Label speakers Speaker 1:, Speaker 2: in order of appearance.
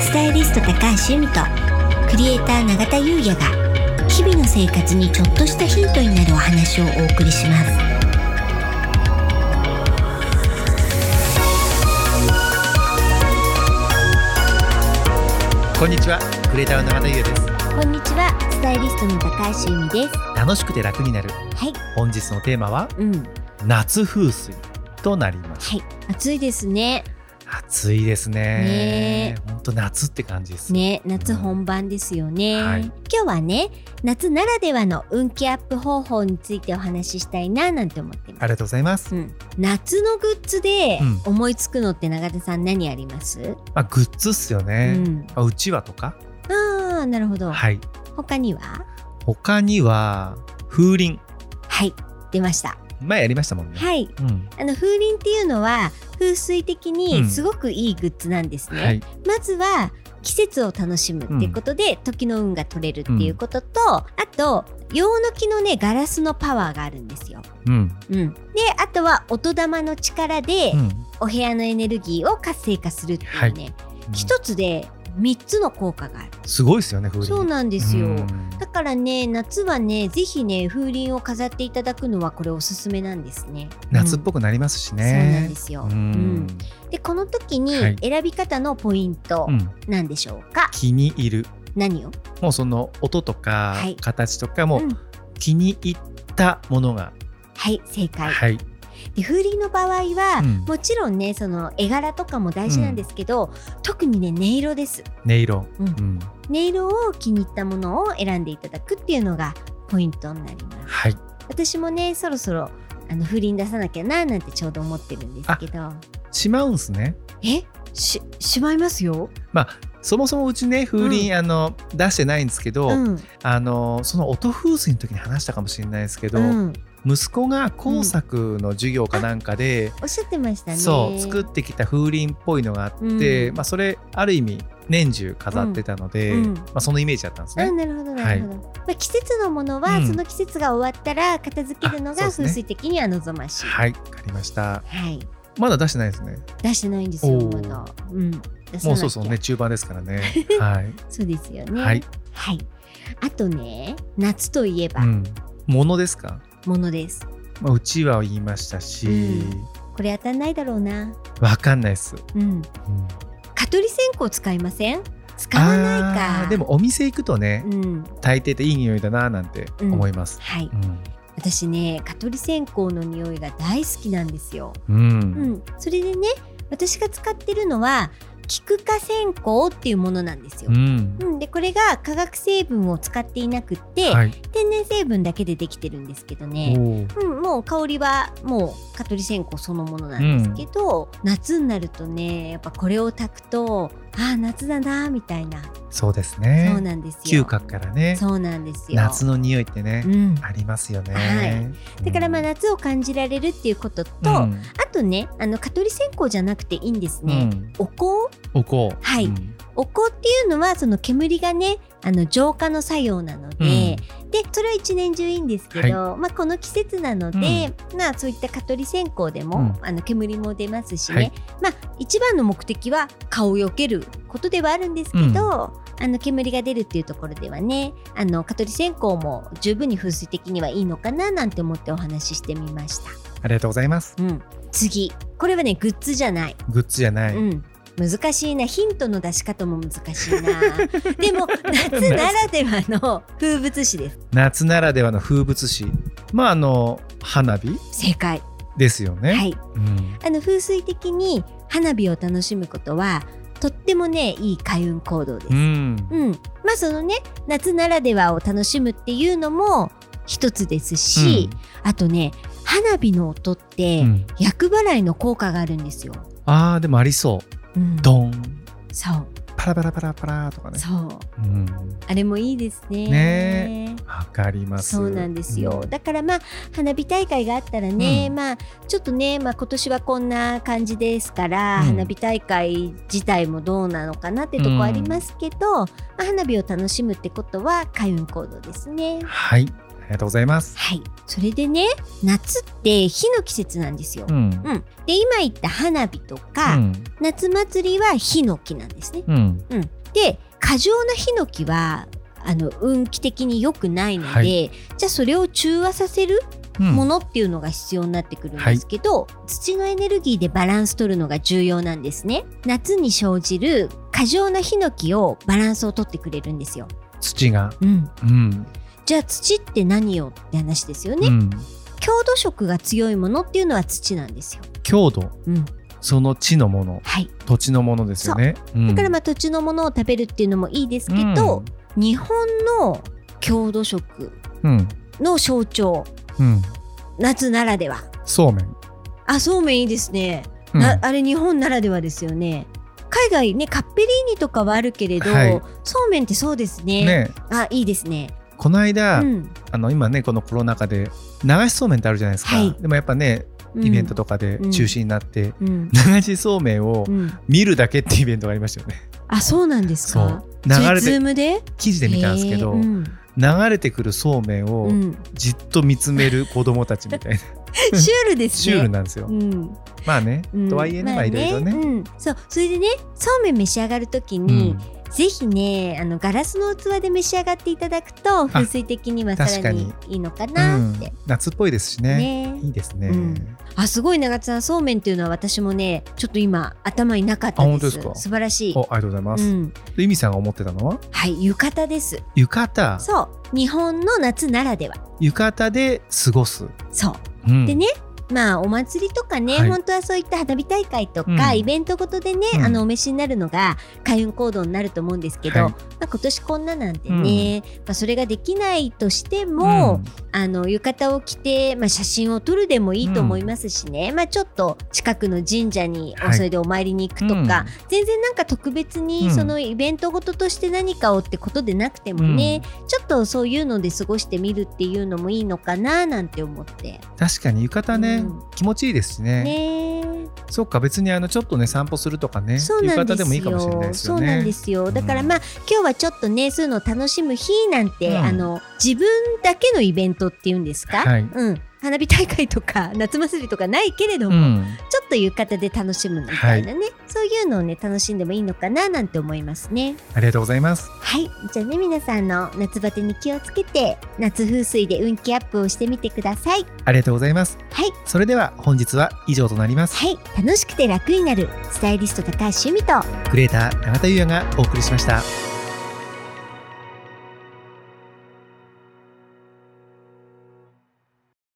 Speaker 1: スタイリスト高橋由美とクリエイター永田優也が日々の生活にちょっとしたヒントになるお話をお送りします
Speaker 2: こんにちはクリエイターの永田優也です
Speaker 1: こんにちはスタイリストの高橋由美です
Speaker 2: 楽しくて楽になる
Speaker 1: はい
Speaker 2: 本日のテーマは
Speaker 1: うん
Speaker 2: 夏風水となります
Speaker 1: はい暑いですね
Speaker 2: 暑いです
Speaker 1: ね
Speaker 2: ね本当夏って感じです
Speaker 1: ね夏本番ですよね、
Speaker 2: はい
Speaker 1: 今日はね夏ならではの運気アップ方法についてお話ししたいななんて思ってます
Speaker 2: ありがとうございます、
Speaker 1: うん、夏のグッズで
Speaker 2: うん
Speaker 1: 思いつくのって永田さん何あります、
Speaker 2: まあ、グッズっすよ
Speaker 1: う
Speaker 2: ね、
Speaker 1: ん、
Speaker 2: まあうちわとか
Speaker 1: ああなるほど、
Speaker 2: はい
Speaker 1: 他には
Speaker 2: 他には風鈴
Speaker 1: はい出ました
Speaker 2: 前やりましたもんね、
Speaker 1: はい
Speaker 2: うん
Speaker 1: あの風鈴っていうのは風水的
Speaker 2: う
Speaker 1: に
Speaker 2: ん
Speaker 1: すごくいいグッズなんですね、
Speaker 2: はい
Speaker 1: まずは季節を楽しむっていうことで、時の運が取れるっていうことと、あと洋の木のねガラスのパワーがあるんですよ、
Speaker 2: うん
Speaker 1: うん、であとは音玉の力で
Speaker 2: うん
Speaker 1: お部屋のエネルギーを活性化するっていうね、一つで3つの効果がある
Speaker 2: すごいですよね風鈴
Speaker 1: そうなんですよ、
Speaker 2: うん
Speaker 1: だからね夏はねぜひね風鈴を飾っていただくのはこれおすすめなんですね
Speaker 2: 夏っぽ
Speaker 1: く
Speaker 2: くなりますし
Speaker 1: そうなん
Speaker 2: ね
Speaker 1: で、すよ、
Speaker 2: う
Speaker 1: うん
Speaker 2: ん
Speaker 1: でこの時に
Speaker 2: はい
Speaker 1: 選び方のポイント
Speaker 2: うん
Speaker 1: なんでしょうか、
Speaker 2: 気に入る
Speaker 1: 何を、
Speaker 2: もうその音とか
Speaker 1: はい
Speaker 2: 形とかも
Speaker 1: うん
Speaker 2: 気に入ったものが、
Speaker 1: はい正解、
Speaker 2: はい、
Speaker 1: で風鈴の場合は、
Speaker 2: うん
Speaker 1: もちろんねその絵柄とかも大事なんですけど、特にね音色です
Speaker 2: 音色、
Speaker 1: うん
Speaker 2: うん
Speaker 1: 音色を気に入ったものを選んでいただくっていうのがポイントになります
Speaker 2: はい、
Speaker 1: 私もねそろそろあの風鈴出さなきゃななんてちょうど思ってるんですけど
Speaker 2: しまうんすね
Speaker 1: えししまいますよ、
Speaker 2: そもそもうちね風鈴、あの出してないんですけど、
Speaker 1: うん
Speaker 2: あのその音風水の時に話したかもしれないですけど、
Speaker 1: うん、
Speaker 2: 息子が工作の授業かなんかで、
Speaker 1: おっしゃってましたね
Speaker 2: そう作ってきた風鈴っぽいのがあって、
Speaker 1: うん
Speaker 2: まあ、それある意味年中飾ってたので、
Speaker 1: うん
Speaker 2: まあ、そのイメージだったんです
Speaker 1: あ
Speaker 2: ね。
Speaker 1: なるほどなるほど、まあ、季節のものは、
Speaker 2: うん
Speaker 1: その季節が終わったら片付けるの
Speaker 2: あそう
Speaker 1: が
Speaker 2: ですね
Speaker 1: 風水的には望ましい、
Speaker 2: はい、わかりました。
Speaker 1: はい、
Speaker 2: まだ出してないですね。
Speaker 1: 出してないんですよ
Speaker 2: お
Speaker 1: ま
Speaker 2: ー
Speaker 1: だ、うん、出さ
Speaker 2: も
Speaker 1: な
Speaker 2: う
Speaker 1: きゃ
Speaker 2: そうそうね、中盤ですから ね。はい。
Speaker 1: そうですよね
Speaker 2: はい、
Speaker 1: はいあとね夏といえば
Speaker 2: うん。ものですか。
Speaker 1: ものです、
Speaker 2: まあ、うちは言いましたし、
Speaker 1: うんこれ当たんないだろうな
Speaker 2: わかんないです。
Speaker 1: うん
Speaker 2: うん
Speaker 1: 蚊取り線香使いません使わない
Speaker 2: あ
Speaker 1: か
Speaker 2: ーでもお店行くとね
Speaker 1: う、ん
Speaker 2: 大抵っていい匂いだななんて思います。
Speaker 1: はい
Speaker 2: うん。
Speaker 1: 私ね蚊取り線香の匂いが大好きなんですよ
Speaker 2: う。
Speaker 1: うんん、それでね私が使ってるのは菊化線香っていうものなんですよ
Speaker 2: う。ん
Speaker 1: う。ん、でこれが化学成分を使っていなくって、
Speaker 2: はい。
Speaker 1: 天然成分だけでできてるんですけど
Speaker 2: お
Speaker 1: ね、
Speaker 2: ー
Speaker 1: うん、もう香りはもう蚊取り線香そのものなんですけど、夏になるとねやっぱこれを炊くとああ夏だなーみたいな、
Speaker 2: そうで
Speaker 1: そ
Speaker 2: す
Speaker 1: う
Speaker 2: ね。
Speaker 1: なんですよ
Speaker 2: 嗅覚からね、
Speaker 1: そうなんですよ
Speaker 2: 夏の匂いってね
Speaker 1: う、ん、だ
Speaker 2: ありますよね。
Speaker 1: はいからまあ夏を感じられるっていうことと、
Speaker 2: う
Speaker 1: あ
Speaker 2: ん
Speaker 1: とねあの蚊取り線香じゃなくていいんです
Speaker 2: う
Speaker 1: ね、
Speaker 2: ん
Speaker 1: お香
Speaker 2: お香。
Speaker 1: はい
Speaker 2: うん
Speaker 1: お香っていうのはその煙がねあの浄化の作用なので、
Speaker 2: うん
Speaker 1: でそれは一年中いいんですけど、まあ、この季節なので、まあ、そういった蚊取り線香でも、
Speaker 2: うん
Speaker 1: あの煙も出ますしね、
Speaker 2: はい
Speaker 1: まあ、一番の目的は蚊を避けることではあるんですけど、
Speaker 2: うん
Speaker 1: あの煙が出るっていうところではねあの蚊取り線香も十分に風水的にはいいのかななんて思ってお話ししてみました、
Speaker 2: ありがとうございます。
Speaker 1: うん、次これはねグッズじゃない
Speaker 2: グッズじゃない。
Speaker 1: うん、難しいなヒントの出し方も難しいな でも夏ならではの風物詩です
Speaker 2: 夏ならではの風物詩。まああの花火
Speaker 1: 正解
Speaker 2: ですよね。
Speaker 1: はい
Speaker 2: うん
Speaker 1: あの風水的に花火を楽しむことはとってもねいい開運行動です、
Speaker 2: うん。
Speaker 1: うん、まあそのね夏ならではを楽しむっていうのも一つですし、あとね花火の音っ
Speaker 2: う
Speaker 1: て、
Speaker 2: んうん
Speaker 1: 厄払いの効果があるんですよ、
Speaker 2: ああでもありそう。
Speaker 1: うん、
Speaker 2: ドン。
Speaker 1: そう
Speaker 2: パラパラパラパラとかね。
Speaker 1: そう
Speaker 2: うん。
Speaker 1: あれもいいですね
Speaker 2: ねわかります。
Speaker 1: そうなんですよ、
Speaker 2: うん
Speaker 1: だからまあ花火大会があったらね、
Speaker 2: うん
Speaker 1: まあちょっとね、まあ、今年はこんな感じですから、
Speaker 2: うん
Speaker 1: 花火大会自体もどうなのかなってとこありますけど、まあ、花火を楽しむってことは開運行動ですね。
Speaker 2: はい。ありがとうございます。
Speaker 1: はい。それでね、夏って火の季節なんですよ。
Speaker 2: うん。
Speaker 1: うん。で、今言った花火とか、
Speaker 2: うん。
Speaker 1: 夏祭りは火の木なんですね。
Speaker 2: うん。
Speaker 1: で、過剰な火の木は、あの運気的に良くないので、
Speaker 2: は
Speaker 1: じゃあそれを中和させる
Speaker 2: うん
Speaker 1: ものっていうのが必要になってくるんですけど、土のエネルギーでバランス取るのが重要なんですね夏に生じる過剰なヒノキをバランスを取ってくれるんですよ、
Speaker 2: 土が。
Speaker 1: うん、
Speaker 2: うん。
Speaker 1: じゃあ土って何よって話ですよね、
Speaker 2: うん。
Speaker 1: 強度色が強いものっていうのは土なんですよ、
Speaker 2: 強度。
Speaker 1: うん、
Speaker 2: その地のもの、
Speaker 1: はい
Speaker 2: 土地のものですよね。
Speaker 1: だからま
Speaker 2: あ、
Speaker 1: あ土地のものを食べるっていうのもいいですけど、日本の強度色
Speaker 2: うん。うん。
Speaker 1: の象徴
Speaker 2: うん。
Speaker 1: 夏ならでは
Speaker 2: そうめん。
Speaker 1: あそうめんいいですね
Speaker 2: うん
Speaker 1: なあれ日本ならではですよね海外ねカッペリーニとかはあるけれど、
Speaker 2: はい
Speaker 1: そうめんってそうですね
Speaker 2: ね
Speaker 1: あいいですね
Speaker 2: この間、
Speaker 1: うん
Speaker 2: あの今ねこのコロナ禍で流しそうめんってあるじゃないですか、
Speaker 1: はい
Speaker 2: でもやっぱねイベントとかで
Speaker 1: うん
Speaker 2: 中止になって、
Speaker 1: うん、うん
Speaker 2: 流しそうめんを
Speaker 1: うん
Speaker 2: 見るだけってイベントがありましたよね、
Speaker 1: あ そうなんですかそ
Speaker 2: 流れ
Speaker 1: ズー
Speaker 2: て
Speaker 1: ムで
Speaker 2: 記事で見たんですけど、
Speaker 1: へーうん
Speaker 2: 流れてくるそうめんを
Speaker 1: うん
Speaker 2: じっと見つめる子供たちみたい な
Speaker 1: シュールですね
Speaker 2: シュールなんですよ、
Speaker 1: うん
Speaker 2: まあね、
Speaker 1: うん
Speaker 2: とはいえねまあいろいろね,、
Speaker 1: うん、そうそれでねそうめん召し上がるとき
Speaker 2: うん
Speaker 1: に、ぜひねあのガラスの器で召し上がっていただくと風水的にはさ
Speaker 2: 確からに
Speaker 1: にいいのか
Speaker 2: う
Speaker 1: なんって、
Speaker 2: 夏っぽいですしね
Speaker 1: ね
Speaker 2: いいですね、
Speaker 1: うんあすごい長津さんそうめんっていうのは私もねちょっと今頭になかったです
Speaker 2: あ本当ですか
Speaker 1: 素晴らしい
Speaker 2: おありがとうございま
Speaker 1: う
Speaker 2: す、
Speaker 1: ん、
Speaker 2: でゆみさんが思ってたのは
Speaker 1: はい浴衣です
Speaker 2: 浴衣
Speaker 1: そう日本の夏ならでは
Speaker 2: 浴衣で過ごす、
Speaker 1: そう
Speaker 2: うん
Speaker 1: でねまあお祭りとかね、
Speaker 2: はい
Speaker 1: 本当はそういった花火大会とか、
Speaker 2: うん
Speaker 1: イベントごとでね、
Speaker 2: うん
Speaker 1: あのお召しになるのが開運行動になると思うんですけど、
Speaker 2: はい
Speaker 1: まあ、今年こんななんてね、まあ、それができないとしても、あの浴衣を着て、まあ、写真を撮るでもいいと思いますしね、まあ、ちょっと近くの神社に
Speaker 2: はい
Speaker 1: それでお参りに行くとか、
Speaker 2: うん
Speaker 1: 全然なんか特別
Speaker 2: う
Speaker 1: に
Speaker 2: ん
Speaker 1: そのイベントごととして何かをってことでなくてもね、ちょっとそういうので過ごしてみるっていうのもいいのかななんて思って。
Speaker 2: 確かに浴衣ね、
Speaker 1: うん
Speaker 2: 気持ちいいですしね
Speaker 1: ねえ
Speaker 2: そっか別にあのちょっとね散歩するとかね
Speaker 1: そう
Speaker 2: 浴
Speaker 1: なんで
Speaker 2: 衣
Speaker 1: すよ。
Speaker 2: でもいいかもしれないですよ
Speaker 1: そうなんで
Speaker 2: ね。
Speaker 1: すよ。だから
Speaker 2: うん
Speaker 1: まあ、今日はちょっとね、そういうのを楽しむ日なんて、
Speaker 2: うん
Speaker 1: あの、自分だけのイベントっていうんですか、
Speaker 2: はい
Speaker 1: うん。花火大会とか、 夏祭りとかないけれど
Speaker 2: う
Speaker 1: も、
Speaker 2: ん、
Speaker 1: ちょっと浴衣で楽しむみたいなね、そういうのをね楽しんでもいいのかななんて思いますね
Speaker 2: ありがとうございます。
Speaker 1: はいじゃあね皆さんの夏バテに気をつけて夏風水で運気アップをしてみてください
Speaker 2: ありがとうございます。
Speaker 1: はい
Speaker 2: それでは本日は以上となります。
Speaker 1: はい楽しくて楽になるスタイリスト高橋由美と
Speaker 2: クレーター永田裕也がお送りしました。